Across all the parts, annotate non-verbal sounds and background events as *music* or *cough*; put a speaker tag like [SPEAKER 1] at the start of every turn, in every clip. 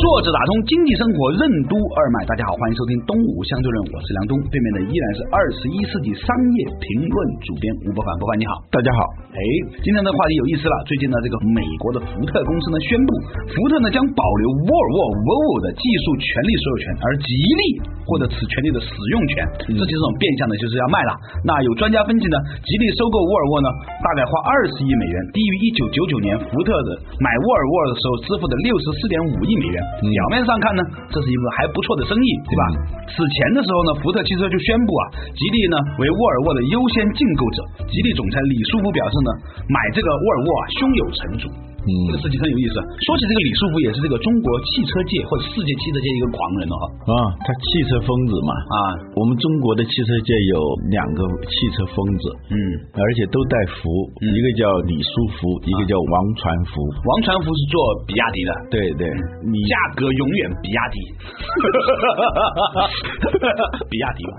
[SPEAKER 1] 坐着打通经济生活任督二脉。大家好，欢迎收听《东吴相对论》，我是梁东，对面的依然是二十一世纪商业评论主编吴伯凡。伯凡你好，大家好。哎，今天的话题有意思了。最近呢，这个美国的福特公司呢宣布，福特呢将保留沃尔沃 Volvo 的技术权利所有权，而吉利获得此权利的使用权。这其实种变相的就是要卖了。那有专家分析呢，吉利收购沃尔沃呢，大概花二十亿美元，低于一九九九年福特的买沃尔沃的时候支付的六十四点五亿美元。表面上看呢，这是一个还不错的生意，对吧？此前的时候呢，福特汽车就宣布啊，吉利呢为沃尔沃的优先竞购者。吉利总裁李书福表示呢，买这个沃尔沃啊，胸有成竹。
[SPEAKER 2] 嗯
[SPEAKER 1] 这个事情很有意思。啊说起这个李书福，也是这个中国汽车界或者世界汽车界一个狂人了哈、
[SPEAKER 3] 啊，他汽车疯子嘛
[SPEAKER 1] 啊，
[SPEAKER 3] 我们中国的汽车界有两个汽车疯子，
[SPEAKER 1] 嗯，
[SPEAKER 3] 而且都带福，一个叫李书福，一个叫王传福。
[SPEAKER 1] 王传福是做比亚迪的，
[SPEAKER 3] 对对，你
[SPEAKER 1] 价格永远比亚迪， *laughs* 比亚迪吧。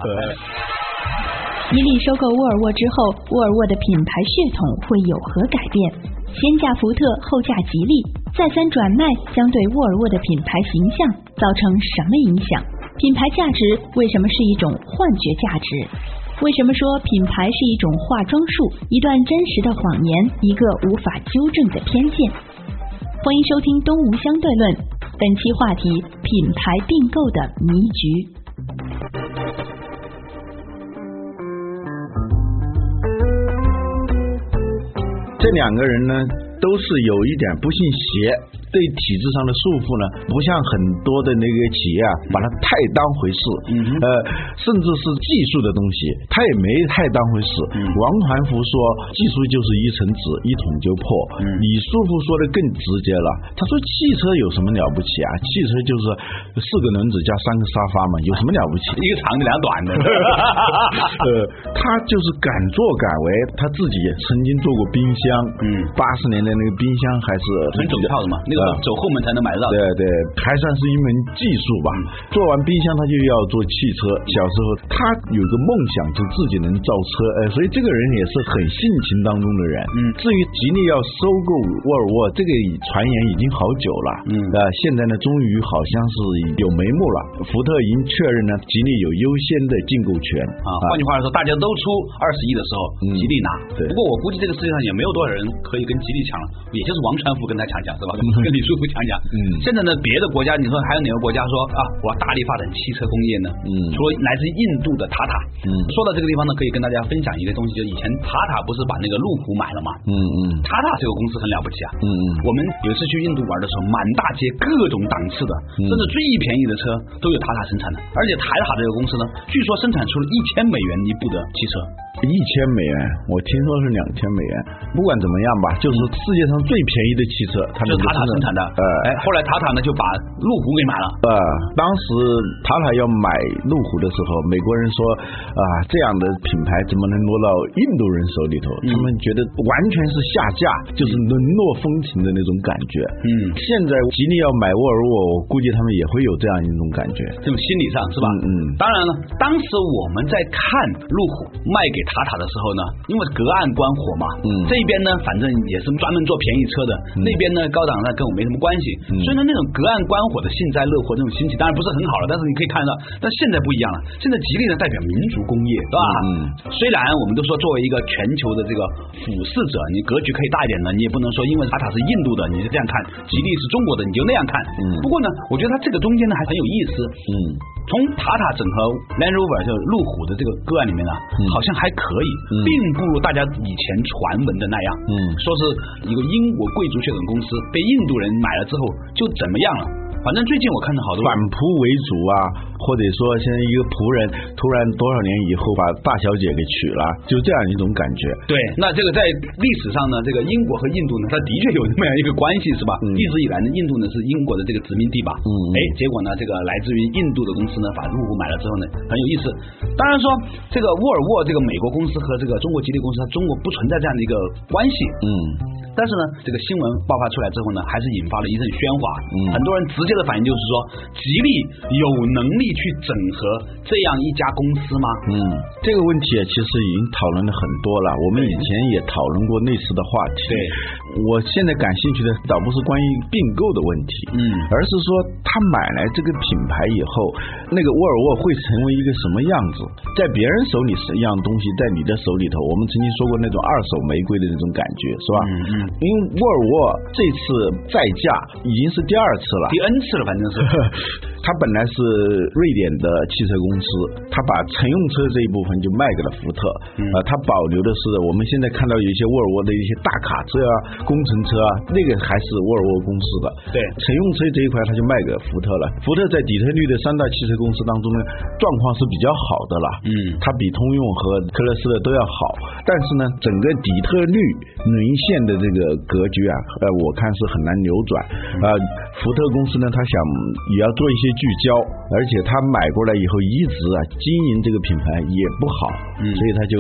[SPEAKER 4] 吉利收购沃尔沃之后，沃尔沃的品牌血统会有何改变？先嫁福特，后嫁吉利，再三转卖将对沃尔沃的品牌形象造成什么影响？品牌价值为什么是一种幻觉价值？为什么说品牌是一种化妆术，一段真实的谎言，一个无法纠正的偏见？欢迎收听《东吴相对论》，本期话题：品牌并购的迷局。
[SPEAKER 3] 这两个人呢，都是有一点不信邪，对体制上的束缚呢，不像很多的那个企业啊，把它太当回事，
[SPEAKER 1] 嗯哼
[SPEAKER 3] 呃，甚至是技术的东西，他也没太当回事。
[SPEAKER 1] 嗯
[SPEAKER 3] 王传福说，技术就是一层纸，一捅就破。
[SPEAKER 1] 嗯
[SPEAKER 3] 李书福说的更直接了，他说汽车有什么了不起啊？汽车就是四个轮子加三个沙发嘛，有什么了不起？
[SPEAKER 1] 一个长的，俩短的。
[SPEAKER 3] 呃，他就是敢作敢为，他自己也曾经做过冰箱，
[SPEAKER 1] 嗯
[SPEAKER 3] 八十年代那个冰箱还是
[SPEAKER 1] 很
[SPEAKER 3] 比
[SPEAKER 1] 走
[SPEAKER 3] 较
[SPEAKER 1] 套的嘛，那个
[SPEAKER 3] 呃
[SPEAKER 1] 走后门才能买得到的
[SPEAKER 3] 对。对，还算是一门技术吧。
[SPEAKER 1] 嗯
[SPEAKER 3] 做完冰箱，他就要做汽车。小时候，他有个梦想是自己能造车，哎，所以这个人也是很性情当中的人。
[SPEAKER 1] 嗯
[SPEAKER 3] 至于吉利要收购沃尔沃，这个传言已经好久了。
[SPEAKER 1] 嗯
[SPEAKER 3] 呃，现在呢，终于好像是有眉目了。福特已经确认了吉利有优先的进购权
[SPEAKER 1] 啊，换句话来说，大家都出二十亿的时候，
[SPEAKER 3] 哎嗯
[SPEAKER 1] 吉利拿。
[SPEAKER 3] 对
[SPEAKER 1] 不过我估计这个世界上也没有多少人可以跟吉利抢了，也就是王传福跟他抢抢是吧？跟李书福抢抢。
[SPEAKER 3] 嗯
[SPEAKER 1] 现在呢，别的国家你说还有哪个国家说啊，我要大力发展汽车工业呢？
[SPEAKER 3] 嗯
[SPEAKER 1] 除了来自印度的塔塔。
[SPEAKER 3] 嗯
[SPEAKER 1] 说到这个地方呢，可以跟大家分享一个东西，就是以前塔塔不是把那个路虎买了吗？
[SPEAKER 3] 嗯嗯
[SPEAKER 1] 塔塔这个公司很了不起啊。
[SPEAKER 3] 嗯嗯
[SPEAKER 1] 我们有一次去印度玩的时候，满大街各种档次的，
[SPEAKER 3] 嗯
[SPEAKER 1] 甚至最便宜的车都有塔塔生产的。而且塔塔这个公司呢，据说生产出了一千美元一部的汽车。
[SPEAKER 3] 一千美元，我听说是两千美元。不管怎么样吧，就是世界上最便宜的汽车，它
[SPEAKER 1] 就是塔塔生产的，
[SPEAKER 3] 呃，
[SPEAKER 1] 哎，后来塔塔呢就把路虎给买了，
[SPEAKER 3] 呃，当时塔塔要买路虎的时候，美国人说啊、这样的品牌怎么能落到印度人手里头？
[SPEAKER 1] 嗯
[SPEAKER 3] 他们觉得完全是下架，就是沦落风情的那种感觉。
[SPEAKER 1] 嗯
[SPEAKER 3] 现在吉利要买沃尔沃，我估计他们也会有这样一种感觉。
[SPEAKER 1] 这种心理上是吧？
[SPEAKER 3] 嗯嗯
[SPEAKER 1] 当然了，当时我们在看路虎卖给塔塔的时候呢，因为隔岸观火嘛，
[SPEAKER 3] 嗯
[SPEAKER 1] 这边呢反正也是专门做便宜车的，那边呢高档那跟我没什么关系，
[SPEAKER 3] 嗯
[SPEAKER 1] 所以呢那种隔岸观火的幸灾乐祸这种心情当然不是很好了，但是你可以看得到，但现在不一样了，现在吉利呢代表民族工业，对吧？
[SPEAKER 3] 嗯嗯
[SPEAKER 1] 虽然我们都说作为一个全球的这个俯视者，你格局可以大一点的，你也不能说因为塔塔是印度的你就这样看，吉利是中国的你就那样看。
[SPEAKER 3] 嗯
[SPEAKER 1] 不过呢，我觉得它这个中间呢还很有意思。
[SPEAKER 3] 嗯
[SPEAKER 1] 从塔塔整合 Land Rover 就是路虎的这个个案里面呢，好像还可以，
[SPEAKER 3] 嗯
[SPEAKER 1] 并不如大家以前传闻的那样，
[SPEAKER 3] 嗯
[SPEAKER 1] 说是一个英国贵族血统公司被印度人买了之后就怎么样了。反正最近我看到好多
[SPEAKER 3] 反仆为主啊，或者说现在一个仆人突然多少年以后把大小姐给娶了，就这样一种感觉。
[SPEAKER 1] 对，那这个在历史上呢，这个英国和印度呢，它的确有那么样一个关系，是吧？
[SPEAKER 3] 嗯
[SPEAKER 1] 一直以来呢，印度呢是英国的这个殖民地吧？
[SPEAKER 3] 嗯
[SPEAKER 1] 哎，结果呢，这个来自于印度的公司呢，把路虎买了之后呢，很有意思。当然说，这个沃尔沃这个美国公司和这个中国吉利公司，它中国不存在这样的一个关系。
[SPEAKER 3] 嗯，
[SPEAKER 1] 但是呢，这个新闻爆发出来之后呢，还是引发了一阵喧哗。
[SPEAKER 3] 嗯
[SPEAKER 1] 很多人直接的反应就是说，吉利有能力去整合这样一家公司吗？
[SPEAKER 3] 嗯，这个问题啊，其实已经讨论了很多了。我们以前也讨论过类似的话题。
[SPEAKER 1] 对，
[SPEAKER 3] 我现在感兴趣的倒不是关于并购的问题，
[SPEAKER 1] 嗯
[SPEAKER 3] 而是说他买来这个品牌以后，那个沃尔沃会成为一个什么样子？在别人手里是一样东西，在你的手里头，我们曾经说过那种二手玫瑰的那种感觉，是吧？
[SPEAKER 1] 嗯嗯
[SPEAKER 3] 因为沃尔沃这次再驾已经是第二次了，
[SPEAKER 1] 第 N 次了，反正是。
[SPEAKER 3] *laughs* 它本来是瑞典的汽车公司，它把乘用车这一部分就卖给了福特，
[SPEAKER 1] 嗯
[SPEAKER 3] 呃，它保留的是我们现在看到有一些沃尔沃的一些大卡车啊、工程车啊，那个还是沃尔沃公司的。
[SPEAKER 1] 对
[SPEAKER 3] 乘用车这一块它就卖给福特了。福特在底特律的三大汽车公司当中呢，状况是比较好的了，
[SPEAKER 1] 嗯
[SPEAKER 3] 它比通用和科勒斯勒都要好，但是呢，整个底特律沦陷的这个格局啊，呃，我看是很难扭转。呃，福特公司呢，他想也要做一些聚焦，而且他买过来以后一直啊经营这个品牌也不好，
[SPEAKER 1] 嗯
[SPEAKER 3] 所以他就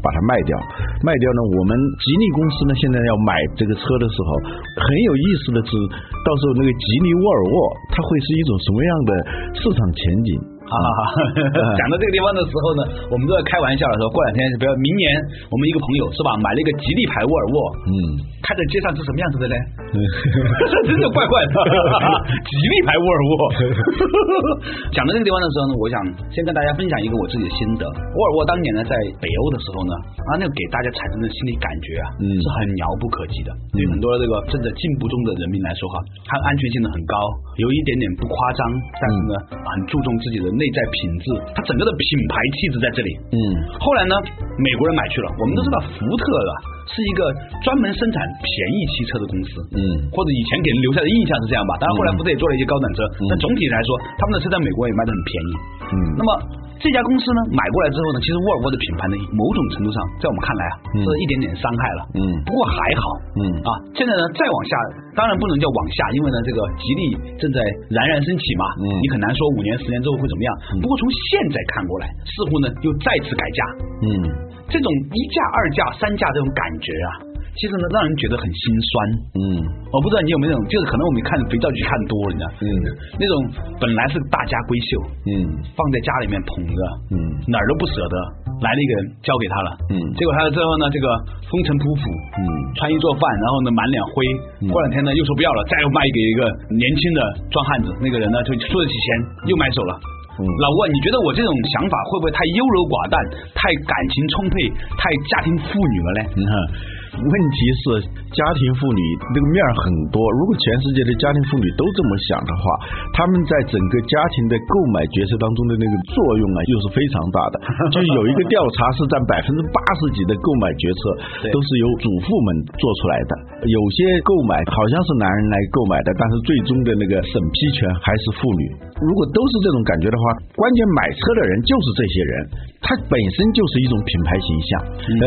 [SPEAKER 3] 把它卖掉。卖掉呢，我们吉利公司呢，现在要买这个车的时候，很有意思的是，到时候那个吉利沃尔沃，它会是一种什么样的市场前景？
[SPEAKER 1] 啊，讲到这个地方的时候呢，我们都在开玩笑的说，过两天，比如明年，我们一个朋友是吧，买了一个吉利牌沃尔沃，
[SPEAKER 3] 嗯，
[SPEAKER 1] 开在街上是什么样子的呢？ *laughs* 真的怪怪的，
[SPEAKER 3] *laughs*
[SPEAKER 1] 吉利牌沃尔沃。讲到这个地方的时候呢，我想先跟大家分享一个我自己的心得。沃尔沃当年呢，在北欧的时候呢，啊，那个给大家产生的心理感觉啊，
[SPEAKER 3] 嗯
[SPEAKER 1] 是很遥不可及的。对很多这个正在进步中的人民来说哈，它安全性呢很高，有一点点不夸张，但是呢，
[SPEAKER 3] 嗯
[SPEAKER 1] 很注重自己的内在品质，它整个的品牌气质在这里。
[SPEAKER 3] 嗯，
[SPEAKER 1] 后来呢，美国人买去了。我们都知道福特啊是一个专门生产便宜汽车的公司，
[SPEAKER 3] 嗯
[SPEAKER 1] 或者以前给人留下的印象是这样吧。当然后来福特也做了一些高档车，但总体来说，他们的车在美国也卖的很便宜。
[SPEAKER 3] 嗯
[SPEAKER 1] 那么这家公司呢买过来之后呢，其实沃尔沃的品牌呢，某种程度上在我们看来啊，
[SPEAKER 3] 嗯
[SPEAKER 1] 是一点点伤害了。
[SPEAKER 3] 嗯
[SPEAKER 1] 不过还好。
[SPEAKER 3] 嗯
[SPEAKER 1] 啊，现在呢再往下，当然不能叫往下，因为呢这个吉利正在冉冉升起嘛，
[SPEAKER 3] 嗯
[SPEAKER 1] 你很难说五年十年之后会怎么样。不过从现在看过来，似乎呢又再次改价，
[SPEAKER 3] 嗯，
[SPEAKER 1] 这种一价、二价、三价这种感觉啊，其实呢让人觉得很心酸。
[SPEAKER 3] 嗯，
[SPEAKER 1] 我不知道你有没有那种，就是可能我们看肥皂剧看多了，你知道，
[SPEAKER 3] 嗯，
[SPEAKER 1] 那种本来是大家闺秀，
[SPEAKER 3] 嗯，
[SPEAKER 1] 放在家里面捧着，
[SPEAKER 3] 嗯
[SPEAKER 1] 哪儿都不舍得，来了一个人交给他了，
[SPEAKER 3] 嗯
[SPEAKER 1] 结果他最后呢，这个风尘仆仆，
[SPEAKER 3] 嗯
[SPEAKER 1] 穿衣做饭，然后呢满脸灰，
[SPEAKER 3] 嗯
[SPEAKER 1] 过两天呢又说不要了，再又卖给一个年轻的壮汉子，那个人呢就出得起钱，又买走了。
[SPEAKER 3] 嗯
[SPEAKER 1] 老吴啊，你觉得我这种想法会不会太优柔寡断、太感情充沛、太家庭妇女了嘞？
[SPEAKER 3] 嗯，问题是家庭妇女那个面儿很多。如果全世界的家庭妇女都这么想的话，他们在整个家庭的购买决策当中的那个作用啊，又是非常大的。就有一个调查是占百分之八十几的购买决策
[SPEAKER 1] 对
[SPEAKER 3] 都是由主妇们做出来的。有些购买好像是男人来购买的，但是最终的那个审批权还是妇女。如果都是这种感觉的话，关键买车的人就是这些人，他本身就是一种品牌形象。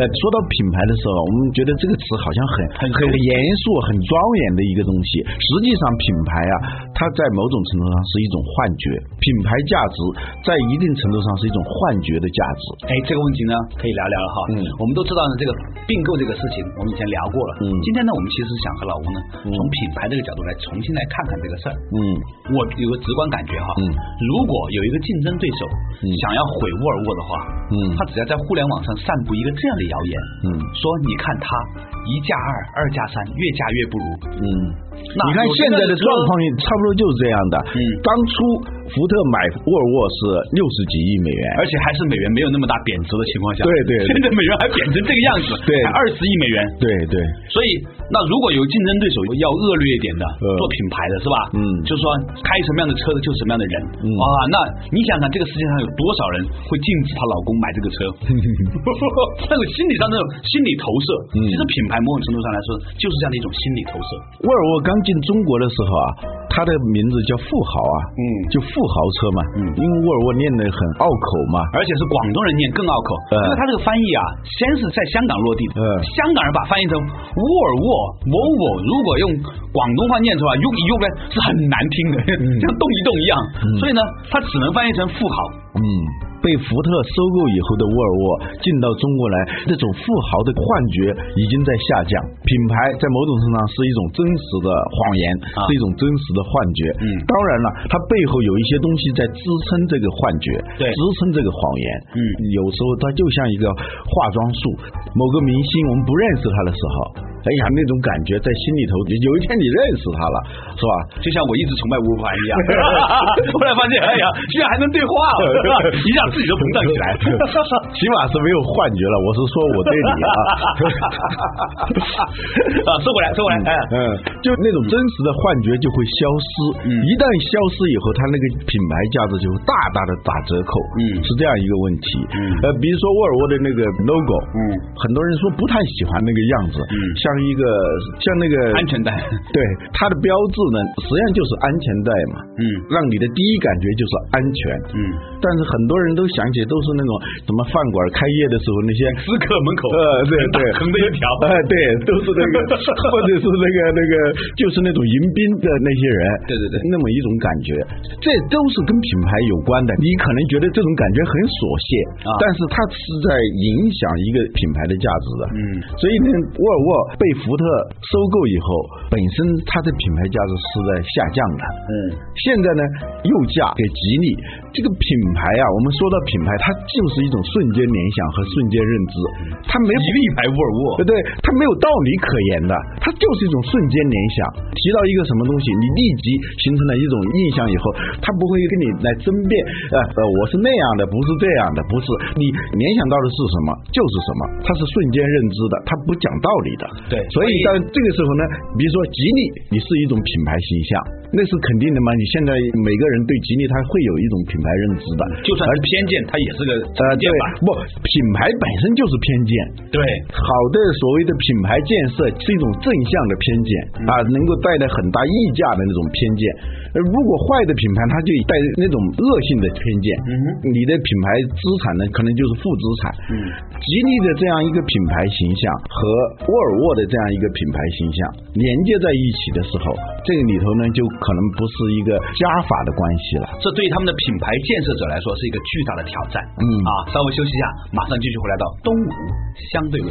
[SPEAKER 3] 呃，说到品牌的时候，我们觉得这个词好像很很很严肃、很庄严的一个东西。实际上，品牌啊，它在某种程度上是一种幻觉，品牌价值在一定程度上是一种幻觉的价值。
[SPEAKER 1] 哎，这个问题呢，可以聊聊了哈。
[SPEAKER 3] 嗯
[SPEAKER 1] 我们都知道呢，这个并购这个事情，我们以前聊过了。
[SPEAKER 3] 嗯
[SPEAKER 1] 今天呢，我们其实想和老吴呢，
[SPEAKER 3] 嗯
[SPEAKER 1] 从品牌这个角度来重新来看看这个事儿。
[SPEAKER 3] 嗯
[SPEAKER 1] 我有个直观感觉哈，
[SPEAKER 3] 嗯
[SPEAKER 1] 如果有一个竞争对手、
[SPEAKER 3] 嗯
[SPEAKER 1] 想要毁沃尔沃的话，
[SPEAKER 3] 嗯
[SPEAKER 1] 他只要在互联网上散布一个这样的谣言，
[SPEAKER 3] 嗯
[SPEAKER 1] 说你看他一加二，二加三，越加越不如。
[SPEAKER 3] 嗯。
[SPEAKER 1] 那
[SPEAKER 3] 你看
[SPEAKER 1] 有些
[SPEAKER 3] 现在的
[SPEAKER 1] 车
[SPEAKER 3] 状况也差不多就是这样的。
[SPEAKER 1] 嗯
[SPEAKER 3] 当初福特买沃尔沃是六十几亿美元，
[SPEAKER 1] 而且还是美元没有那么大贬值的情况下，
[SPEAKER 3] 对对对
[SPEAKER 1] 现在美元还贬成这个样子，
[SPEAKER 3] 对
[SPEAKER 1] 二十亿美元，
[SPEAKER 3] 对对，
[SPEAKER 1] 所以，那如果有竞争对手要恶劣一点的，
[SPEAKER 3] 嗯
[SPEAKER 1] 做品牌的是吧？
[SPEAKER 3] 嗯
[SPEAKER 1] 就说开什么样的车的就什么样的人。
[SPEAKER 3] 嗯
[SPEAKER 1] 啊，那你想想，这个世界上有多少人会禁止她老公买这个
[SPEAKER 3] *laughs*
[SPEAKER 1] 车？ *laughs* 那种心理上那种心理投射，
[SPEAKER 3] 嗯
[SPEAKER 1] 其实品牌某种程度上来说就是这样的一种心理投射。
[SPEAKER 3] 沃尔沃刚进中国的时候啊，它它的名字叫富豪啊，
[SPEAKER 1] 嗯
[SPEAKER 3] 就富豪车嘛，因为沃尔沃念得很拗口嘛，
[SPEAKER 1] 而且是广东人念更拗口，
[SPEAKER 3] 嗯
[SPEAKER 1] 因为他这个翻译啊，先是在香港落地的，
[SPEAKER 3] 嗯
[SPEAKER 1] 香港人把翻译成沃尔沃 Volvo，如果用广东话念出来，用一用呢是很难听的，像动一动一样，所以呢，他只能翻译成富豪。 *laughs*
[SPEAKER 3] 嗯，被福特收购以后的沃尔沃进到中国来，这种富豪的幻觉已经在下降，品牌在某种程度上是一种真实的谎言，
[SPEAKER 1] 啊
[SPEAKER 3] 是一种真实的幻觉。
[SPEAKER 1] 嗯
[SPEAKER 3] 当然了，它背后有一些东西在支撑这个幻觉，
[SPEAKER 1] 对
[SPEAKER 3] 支撑这个谎言。
[SPEAKER 1] 嗯
[SPEAKER 3] 有时候它就像一个化妆术，某个明星我们不认识他的时候。哎呀，那种感觉在心里头，有一天你认识他了，是吧？
[SPEAKER 1] 就像我一直崇拜吴凡一
[SPEAKER 3] *laughs*
[SPEAKER 1] 样，后来发现，哎呀，居然还能对话，哦一下自己就膨胀起来。
[SPEAKER 3] *laughs* 起码是没有幻觉了。我是说我对你
[SPEAKER 1] *laughs*
[SPEAKER 3] 啊，
[SPEAKER 1] 啊，收回来，收回来，哎，
[SPEAKER 3] 嗯，就那种真实的幻觉就会消失。
[SPEAKER 1] 嗯
[SPEAKER 3] 一旦消失以后，它那个品牌价值就会大大的打折扣。
[SPEAKER 1] 嗯
[SPEAKER 3] 是这样一个问题。
[SPEAKER 1] 嗯
[SPEAKER 3] 呃，比如说沃尔沃的那个 logo，
[SPEAKER 1] 嗯
[SPEAKER 3] 很多人说不太喜欢那个样子，
[SPEAKER 1] 嗯
[SPEAKER 3] 像一个像那个
[SPEAKER 1] 安全带，
[SPEAKER 3] 对它的标志呢，实际上就是安全带嘛。
[SPEAKER 1] 嗯
[SPEAKER 3] 让你的第一感觉就是安全。
[SPEAKER 1] 嗯，
[SPEAKER 3] 但是很多人都想起都是那种什么饭馆开业的时候那些
[SPEAKER 1] *laughs* 私客门口，
[SPEAKER 3] 呃，对对，
[SPEAKER 1] 横着一条，
[SPEAKER 3] 哎，对，都是那
[SPEAKER 1] *laughs*
[SPEAKER 3] 个，或者是那个那个，就是那种迎宾的那些人，
[SPEAKER 1] 对对对
[SPEAKER 3] 那么一种感觉，这都是跟品牌有关的。你可能觉得这种感觉很琐屑，
[SPEAKER 1] 啊
[SPEAKER 3] 但是它是在影响一个品牌的价值的。
[SPEAKER 1] 嗯
[SPEAKER 3] 所以呢，沃尔沃被福特收购以后，本身它的品牌价值是在下降的。
[SPEAKER 1] 嗯。
[SPEAKER 3] 现在呢，又嫁给吉利，这个品牌啊，我们说到品牌，它就是一种瞬间联想和瞬间认知，
[SPEAKER 1] 嗯
[SPEAKER 3] 它没有
[SPEAKER 1] 吉利牌沃尔沃
[SPEAKER 3] 对对，它没有道理可言的，它就是一种瞬间联想。提到一个什么东西，你立即形成了一种印象以后，它不会跟你来争辩，呃呃，我是那样的，不是这样的，不是你联想到的是什么就是什么，它是瞬间认知的，它不讲道理的。
[SPEAKER 1] 对
[SPEAKER 3] 所
[SPEAKER 1] 所
[SPEAKER 3] 以
[SPEAKER 1] 以
[SPEAKER 3] 到这个时候呢，比如说吉利，你是一种品牌形象，那是肯定的嘛。你现在每个人对吉利，他会有一种品牌认知的，
[SPEAKER 1] 就算
[SPEAKER 3] 而
[SPEAKER 1] 是偏见，它也是个成
[SPEAKER 3] 呃，
[SPEAKER 1] 见
[SPEAKER 3] 对
[SPEAKER 1] 吧？，
[SPEAKER 3] 不，品牌本身就是偏见。
[SPEAKER 1] 对，
[SPEAKER 3] 好的所谓的品牌建设是一种正向的偏见
[SPEAKER 1] 嗯
[SPEAKER 3] 啊，能够带来很大溢价的那种偏见。呃如果坏的品牌，它就带那种恶性的偏见。
[SPEAKER 1] 嗯哼
[SPEAKER 3] 你的品牌资产呢，可能就是负资产。
[SPEAKER 1] 嗯
[SPEAKER 3] 吉利的这样一个品牌形象和沃尔沃的这样一个品牌形象连接在一起的时候，这个里头呢，就可能不是一个加法的关系了。
[SPEAKER 1] 这对于他们的品牌建设者来说是一个巨大的挑战。
[SPEAKER 3] 嗯
[SPEAKER 1] 啊，稍微休息一下，马上继续回来到东吴相对论。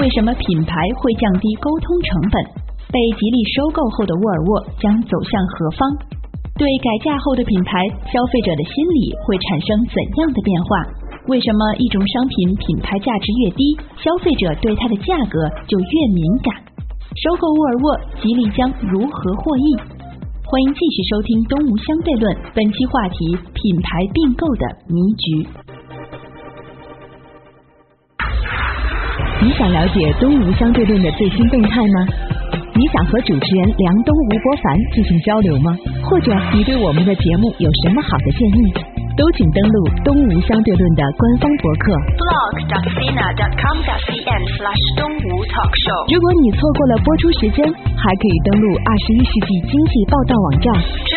[SPEAKER 4] 为什么品牌会降低沟通成本？被吉利收购后的沃尔沃将走向何方？对改价后的品牌，消费者的心理会产生怎样的变化？为什么一种商品品牌价值越低，消费者对它的价格就越敏感？收购沃尔沃，吉利将如何获益？欢迎继续收听《东吴相对论》，本期话题：品牌并购的迷局。
[SPEAKER 5] 你想了解东吴相对论的最新动态吗？你想和主持人梁东吴伯凡进行交流吗？或者你对我们的节目有什么好的建议？都请登录东吴相对论的官方博客。
[SPEAKER 6] blog.sina.com.cn/slash
[SPEAKER 5] 如果你错过了播出时间，还可以登录二十一世纪经济报道网站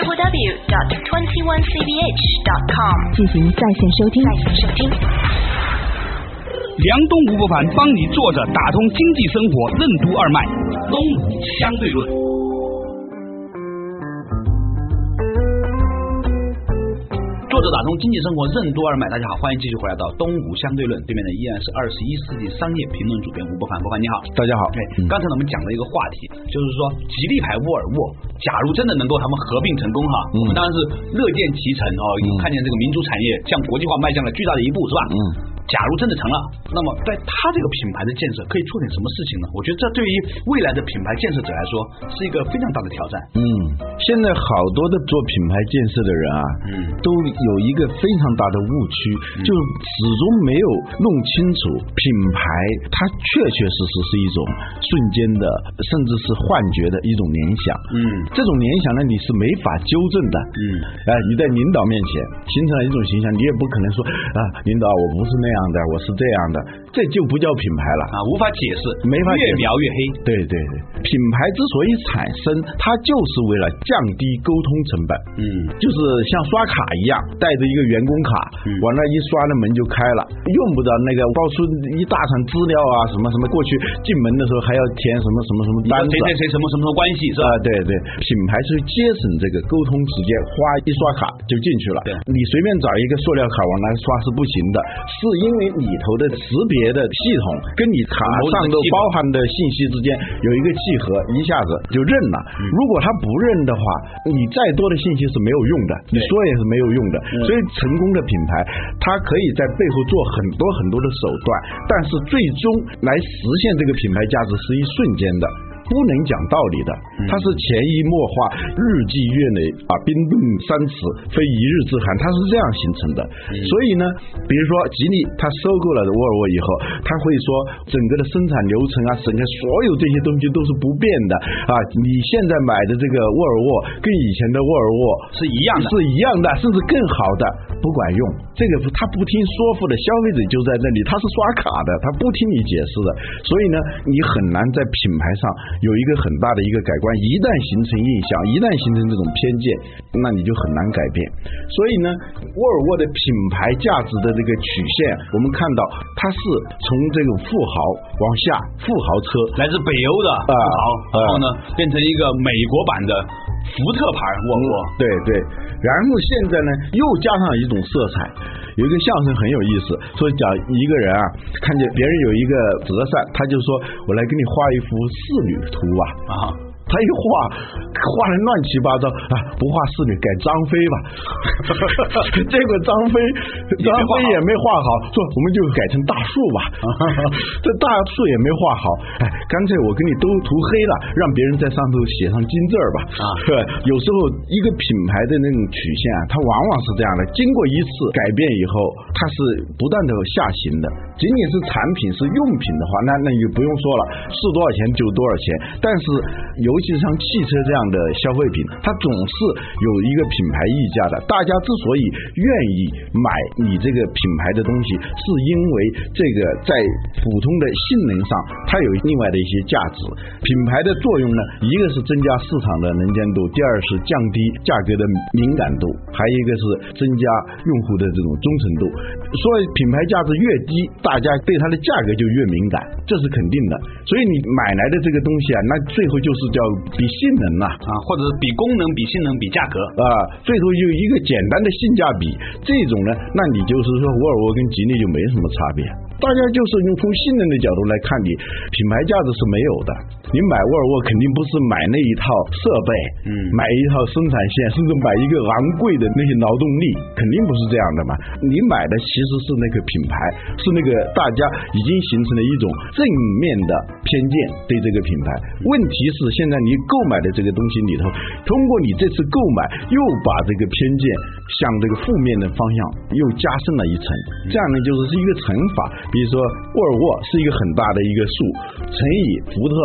[SPEAKER 6] www.21cbh.com
[SPEAKER 5] 进行在线收听。
[SPEAKER 6] 在线收听。
[SPEAKER 7] 梁东吴不凡帮你坐着打通经济生活任督二脉，东吴相对论。
[SPEAKER 1] 作者打通经济生活任督二脉，大家好，欢迎继续回来到东吴相对论，对面的依然是二十一世纪商业评论主编吴伯凡，伯凡你好。
[SPEAKER 3] 大家好，
[SPEAKER 1] 对，
[SPEAKER 3] 嗯
[SPEAKER 1] 刚才我们讲的一个话题，就是说吉利牌沃尔沃，假如真的能够他们合并成功哈，
[SPEAKER 3] 嗯
[SPEAKER 1] 我们当然是乐见其成哦，看见这个民族产业向国际化迈向了巨大的一步，是吧？
[SPEAKER 3] 嗯。
[SPEAKER 1] 假如真的成了，那么在它这个品牌的建设可以做点什么事情呢？我觉得这对于未来的品牌建设者来说是一个非常大的挑战。
[SPEAKER 3] 嗯。
[SPEAKER 1] 消
[SPEAKER 3] 现在好多的做品牌建设的人啊，
[SPEAKER 1] 嗯
[SPEAKER 3] 都有一个非常大的误区，就始终没有弄清楚品牌它确确实实是一种瞬间的，甚至是幻觉的一种联想。
[SPEAKER 1] 嗯
[SPEAKER 3] 这种联想呢，你是没法纠正的。
[SPEAKER 1] 嗯
[SPEAKER 3] 哎，你在领导面前形成了一种形象，你也不可能说啊，领导我不是那样的，我是这样的，这就不叫品牌了。
[SPEAKER 1] 啊，无法解释，
[SPEAKER 3] 没法解
[SPEAKER 1] 越
[SPEAKER 3] 释
[SPEAKER 1] 描越黑。
[SPEAKER 3] 对对对，品牌之所以产生，它就是为了降低沟通成本。
[SPEAKER 1] 嗯
[SPEAKER 3] 就是像刷卡一样，带着一个员工卡，
[SPEAKER 1] 嗯
[SPEAKER 3] 往那一刷，那门就开了，用不着那个报出一大串资料啊，什么什么，过去进门的时候还要填什么什么什么
[SPEAKER 1] 你
[SPEAKER 3] 单
[SPEAKER 1] 跟
[SPEAKER 3] 子
[SPEAKER 1] 谁谁谁什么什么什么关系是吧
[SPEAKER 3] 啊？，对对，品牌是节省这个沟通时间，花一刷卡就进去了
[SPEAKER 1] 对。
[SPEAKER 3] 你随便找一个塑料卡往那刷是不行的，是因为里头的识别的系统跟你卡上
[SPEAKER 1] 某种的
[SPEAKER 3] 头
[SPEAKER 1] 系统
[SPEAKER 3] 包含的信息之间有一个契合，一下子就认了。
[SPEAKER 1] 嗯
[SPEAKER 3] 如果他不认的话，你再多的信息是没有用的，你说也是没有用的。
[SPEAKER 1] 嗯
[SPEAKER 3] 所以成功的品牌，它可以在背后做很多很多的手段，但是最终来实现这个品牌价值是一瞬间的。不能讲道理的，
[SPEAKER 1] 嗯
[SPEAKER 3] 它是潜移默化、日积月累啊，冰冻三尺非一日之寒，它是这样形成的。
[SPEAKER 1] 嗯
[SPEAKER 3] 所以呢，比如说吉利，它收购了沃尔沃以后，它会说整个的生产流程啊，整个所有这些东西都是不变的啊。你现在买的这个沃尔沃跟以前的沃尔沃
[SPEAKER 1] 是一样的
[SPEAKER 3] 是一样的，甚至更好的，不管用。这个他不听说服的消费者就在那里，他是刷卡的，他不听你解释的，所以呢，你很难在品牌上有一个很大的一个改观。一旦形成印象，一旦形成这种偏见，那你就很难改变。所以呢，沃尔沃的品牌价值的这个曲线，我们看到它是从这种富豪往下，富豪车
[SPEAKER 1] 来自北欧的富
[SPEAKER 3] 啊
[SPEAKER 1] 豪，然后呢变成一个美国版的福特牌沃尔沃。
[SPEAKER 3] 嗯对对，然后现在呢，又加上一种色彩。有一个相声很有意思，说讲一个人啊，看见别人有一个折扇，他就说：“我来给你画一幅仕女图吧。”
[SPEAKER 1] 啊，
[SPEAKER 3] 他一画，画的乱七八糟啊！不画仕女，改张飞吧。 *laughs* 结果张飞，张飞也没画好，说我们就改成大树吧。这大树也没画好，哎，干脆我给你都涂黑了，让别人在上头写上金字儿吧。
[SPEAKER 1] 啊
[SPEAKER 3] 对，有时候一个品牌的那种曲线啊，它往往是这样的，经过一次改变以后，它是不断的下行的。仅仅是产品是用品的话，那那就不用说了，是多少钱就多少钱。但是，尤其是像汽车这样的消费品，它总是有一个品牌溢价的。大家之所以愿意买你这个品牌的东西，是因为这个在普通的性能上，它有另外的一些价值。品牌的作用呢，一个是增加市场的能见度，第二是降低价格的敏感度，还有一个是增加用户的这种忠诚度。所以品牌价值越低，大家对它的价格就越敏感，这是肯定的。所以你买来的这个东西啊，那最后就是叫比性能呐、
[SPEAKER 1] 啊，或者是比功能、比性能、比价格，
[SPEAKER 3] 啊，最多就一个简单的性价比，这种呢，那你就是说沃尔沃跟吉利就没什么差别。大家就是用从信任的角度来看你，品牌价值是没有的。你买沃尔沃肯定不是买那一套设备，
[SPEAKER 1] 嗯
[SPEAKER 3] 买一套生产线，甚至买一个昂贵的那些劳动力，肯定不是这样的嘛。你买的其实是那个品牌，是那个大家已经形成了一种正面的偏见对这个品牌。问题是现在你购买的这个东西里头，通过你这次购买，又把这个偏见向这个负面的方向又加深了一层，这样呢就是是一个乘法。比如说沃尔沃是一个很大的一个数，乘以福特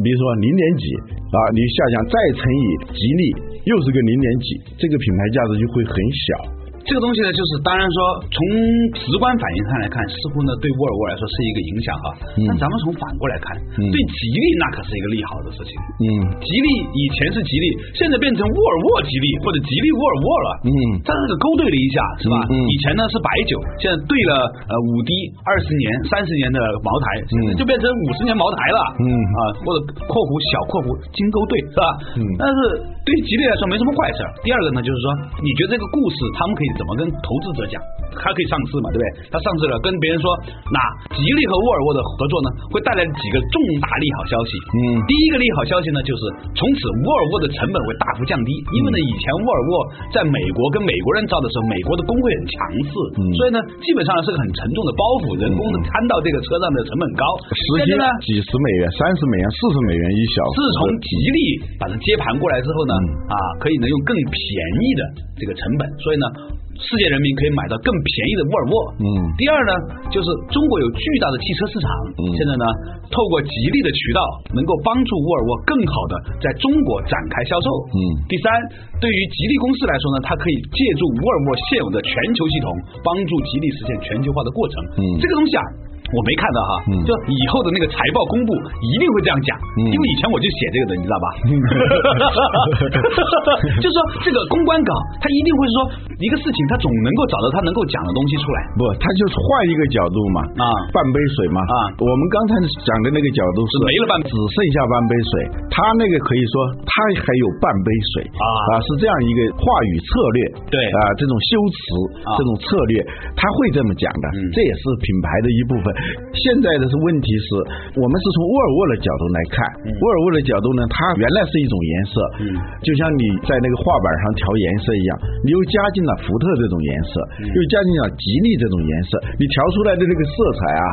[SPEAKER 3] 比如说零点几啊，你下降再乘以吉利，又是个零点几，这个品牌价值就会很小。
[SPEAKER 1] 这个东西呢，就是当然说从直观反应上来看，似乎呢对沃尔沃来说是一个影响哈。但咱们从反过来看，
[SPEAKER 3] 嗯
[SPEAKER 1] 对吉利那可是一个利好的事情。
[SPEAKER 3] 嗯
[SPEAKER 1] 吉利以前是吉利，现在变成沃尔沃吉利或者吉利沃尔沃了。
[SPEAKER 3] 嗯
[SPEAKER 1] 它这个勾兑了一下，是吧？
[SPEAKER 3] 嗯嗯
[SPEAKER 1] 以前呢是白酒，现在兑了呃五滴二十年、三十年的茅台，现在就变成五十年茅台了。
[SPEAKER 3] 嗯
[SPEAKER 1] 啊，或者（括弧小括弧）金勾兑是吧？
[SPEAKER 3] 嗯
[SPEAKER 1] 但是对于吉利来说没什么坏事儿。第二个呢，就是说你觉得这个故事他们可以怎么跟投资者讲？它可以上市嘛，对不对？它上市了，跟别人说，那吉利和沃尔沃的合作呢，会带来几个重大利好消息。
[SPEAKER 3] 嗯
[SPEAKER 1] 第一个利好消息呢，就是从此沃尔沃的成本会大幅降低，因
[SPEAKER 3] 嗯
[SPEAKER 1] 为呢，以前沃尔沃在美国跟美国人造的时候，美国的工会很强势，
[SPEAKER 3] 嗯
[SPEAKER 1] 所以呢，基本上是个很沉重的包袱，人工的摊到这个车上的成本高。
[SPEAKER 3] 十
[SPEAKER 1] 但
[SPEAKER 3] 斤
[SPEAKER 1] 是呢，
[SPEAKER 3] 几十美元、三十美元、四十美元一小时
[SPEAKER 1] 自从吉利把它接盘过来之后呢，
[SPEAKER 3] 嗯
[SPEAKER 1] 啊，可以呢用更便宜的这个成本，所以呢，世界人民可以买到更便宜的沃尔沃。
[SPEAKER 3] 嗯
[SPEAKER 1] 第二呢，就是中国有巨大的汽车市场，
[SPEAKER 3] 嗯
[SPEAKER 1] 现在呢，透过吉利的渠道，能够帮助沃尔沃更好的在中国展开销售。
[SPEAKER 3] 嗯
[SPEAKER 1] 第三，对于吉利公司来说呢，它可以借助沃尔沃现有的全球系统，帮助吉利实现全球化的过程。
[SPEAKER 3] 嗯
[SPEAKER 1] 这个东西啊。我没看到哈，
[SPEAKER 3] 嗯
[SPEAKER 1] 就以后的那个财报公布一定会这样讲，
[SPEAKER 3] 嗯
[SPEAKER 1] 因为以前我就写这个的，你知道吧？ *laughs* 就是说这个公关稿，它一定会说一个事情，它总能够找到它能够讲的东西出来。
[SPEAKER 3] 不，他就是换一个角度嘛，
[SPEAKER 1] 啊
[SPEAKER 3] 半杯水嘛，
[SPEAKER 1] 啊
[SPEAKER 3] 我们刚才讲的那个角度是
[SPEAKER 1] 是没了半
[SPEAKER 3] 只剩下半杯水，他那个可以说他还有半杯水
[SPEAKER 1] 啊
[SPEAKER 3] 是这样一个话语策略，
[SPEAKER 1] 对
[SPEAKER 3] 啊，这种修辞、
[SPEAKER 1] 啊
[SPEAKER 3] 这种策略，他会这么讲的，
[SPEAKER 1] 嗯
[SPEAKER 3] 这也是品牌的一部分。现在的是问题是我们是从沃尔沃的角度来看，沃尔沃的角度呢，它原来是一种颜色，
[SPEAKER 1] 嗯
[SPEAKER 3] 就像你在那个画板上调颜色一样，你又加进了福特这种颜色，
[SPEAKER 1] 嗯
[SPEAKER 3] 又加进了吉利这种颜色，你调出来的那个色彩啊，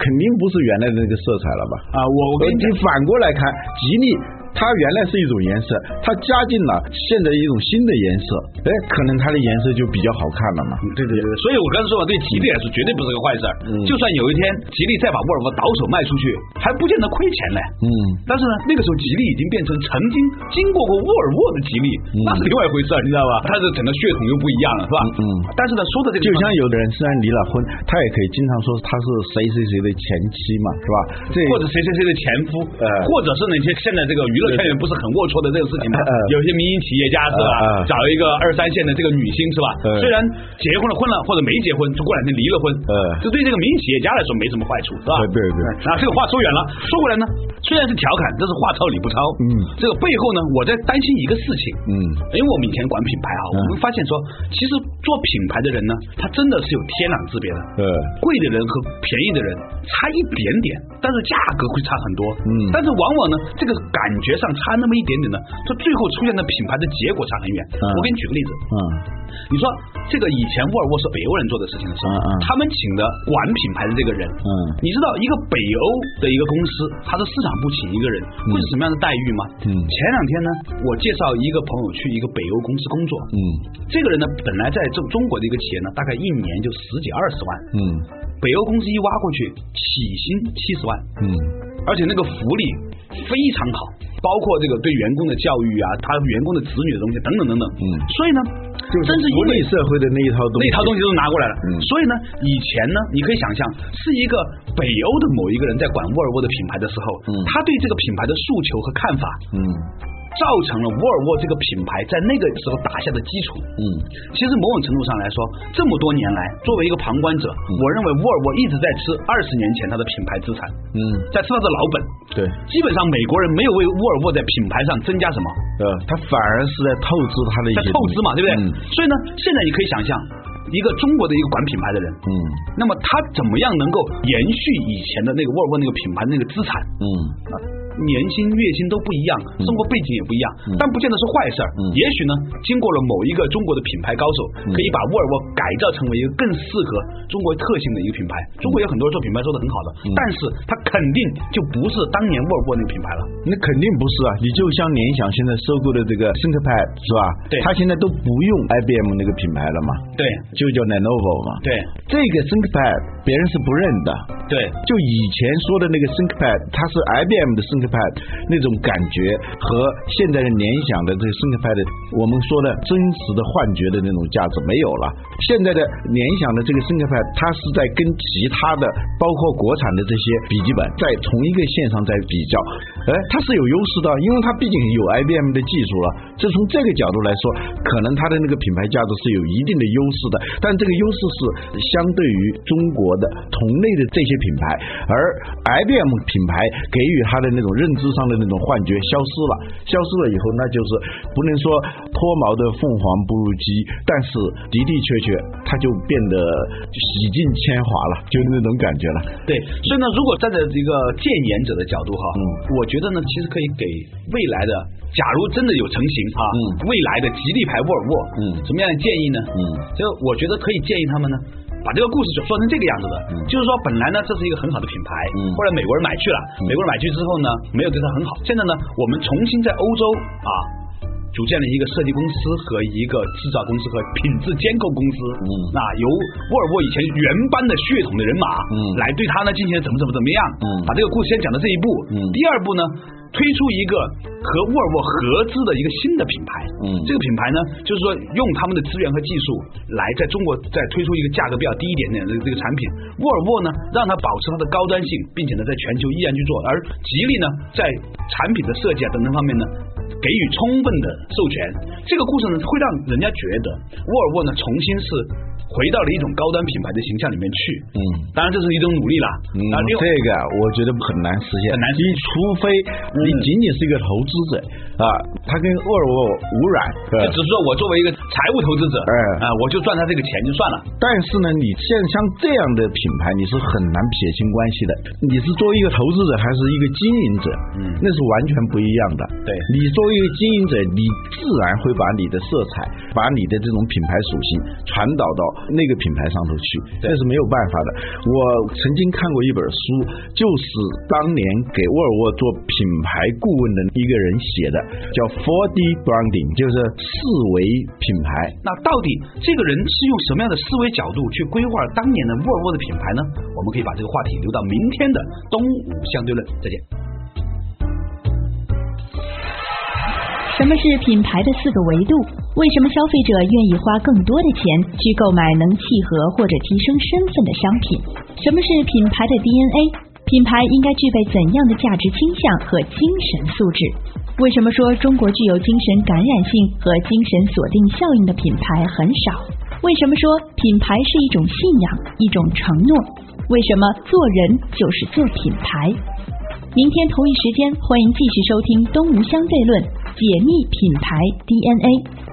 [SPEAKER 3] 肯定不是原来的那个色彩了吧？
[SPEAKER 1] 啊，我我
[SPEAKER 3] 我
[SPEAKER 1] 跟你
[SPEAKER 3] 你
[SPEAKER 1] 讲，
[SPEAKER 3] 反过来看，吉利它原来是一种颜色，它加进了现在一种新的颜色，哎，可能它的颜色就比较好看了嘛。
[SPEAKER 1] 嗯对对对，所以我刚才说嘛，对吉利来说绝对不是个坏事儿。
[SPEAKER 3] 嗯
[SPEAKER 1] 就算有一天吉利再把沃尔沃倒手卖出去，还不见得亏钱嘞。
[SPEAKER 3] 嗯，
[SPEAKER 1] 但是呢，那个时候吉利已经变成曾经经过过沃尔沃的吉利，
[SPEAKER 3] 嗯
[SPEAKER 1] 那是另外一回事儿，你知道吧？它的整个血统又不一样了，是吧？
[SPEAKER 3] 嗯嗯
[SPEAKER 1] 但是呢，说的这个地
[SPEAKER 3] 就
[SPEAKER 1] 方
[SPEAKER 3] 像有的人虽然离了婚，他也可以经常说他是谁谁谁的前妻嘛，是吧？这
[SPEAKER 1] 或者谁谁谁的前夫，
[SPEAKER 3] 呃
[SPEAKER 1] 或者是那些现在这个娱乐圈里面不是很龌龊的这个事情吗？
[SPEAKER 3] 呃
[SPEAKER 1] 有些民营企业家是吧
[SPEAKER 3] 呃呃，
[SPEAKER 1] 找一个二三线的这个女星是吧
[SPEAKER 3] 呃？
[SPEAKER 1] 虽然结婚了婚了，或者没结婚，就过两天离了婚
[SPEAKER 3] 呃，
[SPEAKER 1] 这对这个民营企业家来说没什么坏处是吧？
[SPEAKER 3] 对对对
[SPEAKER 1] 啊，这个话说远了，说回来呢，虽然是调侃，但是话糙理不糙。
[SPEAKER 3] 嗯
[SPEAKER 1] 这个背后呢，我在担心一个事情。
[SPEAKER 3] 嗯
[SPEAKER 1] 因为我们以前管品牌哈，我们发现说，其实做品牌的人呢，他真的是有天壤之别的。
[SPEAKER 3] 呃
[SPEAKER 1] 贵的人和便宜的人差一点点，但是价格会差很多。
[SPEAKER 3] 嗯
[SPEAKER 1] 但是往往呢，这个感觉上差那么一点点呢，它最后出现的品牌的结果差很远。
[SPEAKER 3] 嗯
[SPEAKER 1] 我给你举个例子，
[SPEAKER 3] 嗯
[SPEAKER 1] 你说这个以前沃尔沃是北欧人做的事情的时候，
[SPEAKER 3] 嗯嗯
[SPEAKER 1] 他们请的管品牌的这个人，
[SPEAKER 3] 嗯
[SPEAKER 1] 你知道一个北欧的一个公司，它的市场部请一个人会是什么样的待遇吗？
[SPEAKER 3] 嗯
[SPEAKER 1] 前两天呢，我介绍一个朋友去一个北欧公司工作，
[SPEAKER 3] 嗯
[SPEAKER 1] 这个人呢本来在中中国的一个企业呢，大概一年就十几二十万，
[SPEAKER 3] 嗯
[SPEAKER 1] 北欧公司一挖过去，起薪七十万，
[SPEAKER 3] 嗯
[SPEAKER 1] 而且那个福利非常好，包括这个对员工的教育啊，他员工的子女的东西等等等等。
[SPEAKER 3] 嗯
[SPEAKER 1] 所以呢，
[SPEAKER 3] 就是
[SPEAKER 1] 真是因
[SPEAKER 3] 福利
[SPEAKER 1] 为
[SPEAKER 3] 社会的那一套东
[SPEAKER 1] 那
[SPEAKER 3] 西，
[SPEAKER 1] 套东西都拿过来了。
[SPEAKER 3] 嗯
[SPEAKER 1] 所以呢，以前呢，你可以想象，是一个北欧的某一个人在管沃尔沃的品牌的时候，
[SPEAKER 3] 嗯
[SPEAKER 1] 他对这个品牌的诉求和看法，
[SPEAKER 3] 嗯
[SPEAKER 1] 造成了沃尔沃这个品牌在那个时候打下的基础。
[SPEAKER 3] 嗯
[SPEAKER 1] 其实某种程度上来说，这么多年来，作为一个旁观者，我认为沃尔沃一直在吃二十年前它的品牌资产，
[SPEAKER 3] 嗯，
[SPEAKER 1] 在吃它的老本。
[SPEAKER 3] 对，
[SPEAKER 1] 基本上美国人没有为沃尔沃在品牌上增加什么，
[SPEAKER 3] 呃，他反而是在透支他的一
[SPEAKER 1] 在
[SPEAKER 3] 些
[SPEAKER 1] 透支嘛，对不对？
[SPEAKER 3] 嗯
[SPEAKER 1] 所以呢，现在你可以想象，一个中国的一个管品牌的人，
[SPEAKER 3] 嗯
[SPEAKER 1] 那么他怎么样能够延续以前的那个沃尔沃那个品牌那个资产？
[SPEAKER 3] 嗯
[SPEAKER 1] 年薪、月薪都不一样，啊生活背景也不一样，但不见得是坏事儿。
[SPEAKER 3] 嗯
[SPEAKER 1] 也许呢，经过了某一个中国的品牌高手，可以把沃尔沃改造成为一个更适合中国特性的一个品牌。中国有很多做品牌做的很好的，但是它肯定就不是当年沃尔沃那个品牌了。
[SPEAKER 3] 那肯定不是啊！你就像联想现在收购的这个 ThinkPad 是吧？
[SPEAKER 1] 对
[SPEAKER 3] 它现在都不用 IBM 那个品牌了嘛，
[SPEAKER 1] 对
[SPEAKER 3] 就叫 Lenovo 嘛。
[SPEAKER 1] 对
[SPEAKER 3] 这个 ThinkPad 别人是不认的，
[SPEAKER 1] 对，
[SPEAKER 3] 就以前说的那个 ThinkPad，它是 IBM 的 ThinkPad 那种感觉和现在的联想的这个 ThinkPad，我们说的真实的幻觉的那种价值没有了。现在的联想的这个 ThinkPad，它是在跟其他的包括国产的这些笔记本在同一个线上在比较，哎，它是有优势的，因为它毕竟有 IBM 的技术了。这从这个角度来说，可能它的那个品牌价值是有一定的优势的，但这个优势是相对于中国的同类的这些品牌，而 IBM 品牌给予它的那种认知上的那种幻觉消失了，消失了以后，那就是不能说脱毛的凤凰不如鸡，但是的的确确，它就变得洗尽铅华了，就是那种感觉了。
[SPEAKER 1] 对，所以呢，如果站在一个戒严者的角度哈，
[SPEAKER 3] 嗯
[SPEAKER 1] 我觉得呢，其实可以给未来的，假如真的有成型啊，
[SPEAKER 3] 嗯
[SPEAKER 1] 未来的吉利牌沃尔沃，
[SPEAKER 3] 嗯
[SPEAKER 1] 什么样的建议呢？
[SPEAKER 3] 嗯
[SPEAKER 1] 就我觉得可以建议他们呢。把这个故事说说成这个样子的，
[SPEAKER 3] 嗯
[SPEAKER 1] 就是说本来呢这是一个很好的品牌，
[SPEAKER 3] 嗯
[SPEAKER 1] 后来美国人买去了，
[SPEAKER 3] 嗯
[SPEAKER 1] 美国人买去之后呢没有对它很好，现在呢我们重新在欧洲啊组建了一个设计公司和一个制造公司和品质监控公司，
[SPEAKER 3] 嗯
[SPEAKER 1] 那由沃尔沃以前原班的血统的人马，
[SPEAKER 3] 嗯
[SPEAKER 1] 来对他呢进行怎么怎么怎么样，
[SPEAKER 3] 嗯
[SPEAKER 1] 把这个故事先讲到这一步，
[SPEAKER 3] 嗯
[SPEAKER 1] 第二步呢，推出一个和沃尔沃合资的一个新的品牌，
[SPEAKER 3] 嗯
[SPEAKER 1] 这个品牌呢，就是说用他们的资源和技术来在中国再推出一个价格比较低一点点的这个产品，沃尔沃呢让它保持它的高端性，并且呢在全球依然去做，而吉利呢在产品的设计啊等等方面呢。给予充分的授权，这个故事呢会让人家觉得沃尔沃呢重新是回到了一种高端品牌的形象里面去。
[SPEAKER 3] 嗯
[SPEAKER 1] 当然这是一种努力啦。
[SPEAKER 3] 嗯
[SPEAKER 1] 啊，另外
[SPEAKER 3] 这个我觉得很难实现，
[SPEAKER 1] 很难实
[SPEAKER 3] 你除非你仅仅是一个投资者啊，他跟沃尔沃无染，
[SPEAKER 1] 就
[SPEAKER 3] 啊
[SPEAKER 1] 只是说我作为一个财务投资者，
[SPEAKER 3] 哎
[SPEAKER 1] 啊，我就赚他这个钱就算了。
[SPEAKER 3] 但是呢，你像像这样的品牌，你是很难撇清关系的。你是作为一个投资者还是一个经营者，
[SPEAKER 1] 嗯
[SPEAKER 3] 那是完全不一样的。
[SPEAKER 1] 对
[SPEAKER 3] 你作为一个经营者，你自然会把你的色彩、把你的这种品牌属性传导到那个品牌上头去，这是没有办法的。我曾经看过一本书，就是当年给沃尔沃做品牌顾问的一个人写的，叫 4D Branding，就是四维品牌。
[SPEAKER 1] 那到底这个人是用什么样的思维角度去规划当年的沃尔沃的品牌呢？我们可以把这个话题留到明天的东吴相对论。再见。
[SPEAKER 4] 什么是品牌的四个维度？为什么消费者愿意花更多的钱去购买能契合或者提升身份的商品？什么是品牌的 DNA？品牌应该具备怎样的价值倾向和精神素质？为什么说中国具有精神感染性和精神锁定效应的品牌很少？为什么说品牌是一种信仰，一种承诺？为什么做人就是做品牌？明天同一时间，欢迎继续收听《东吴相对论》，解密品牌 DNA。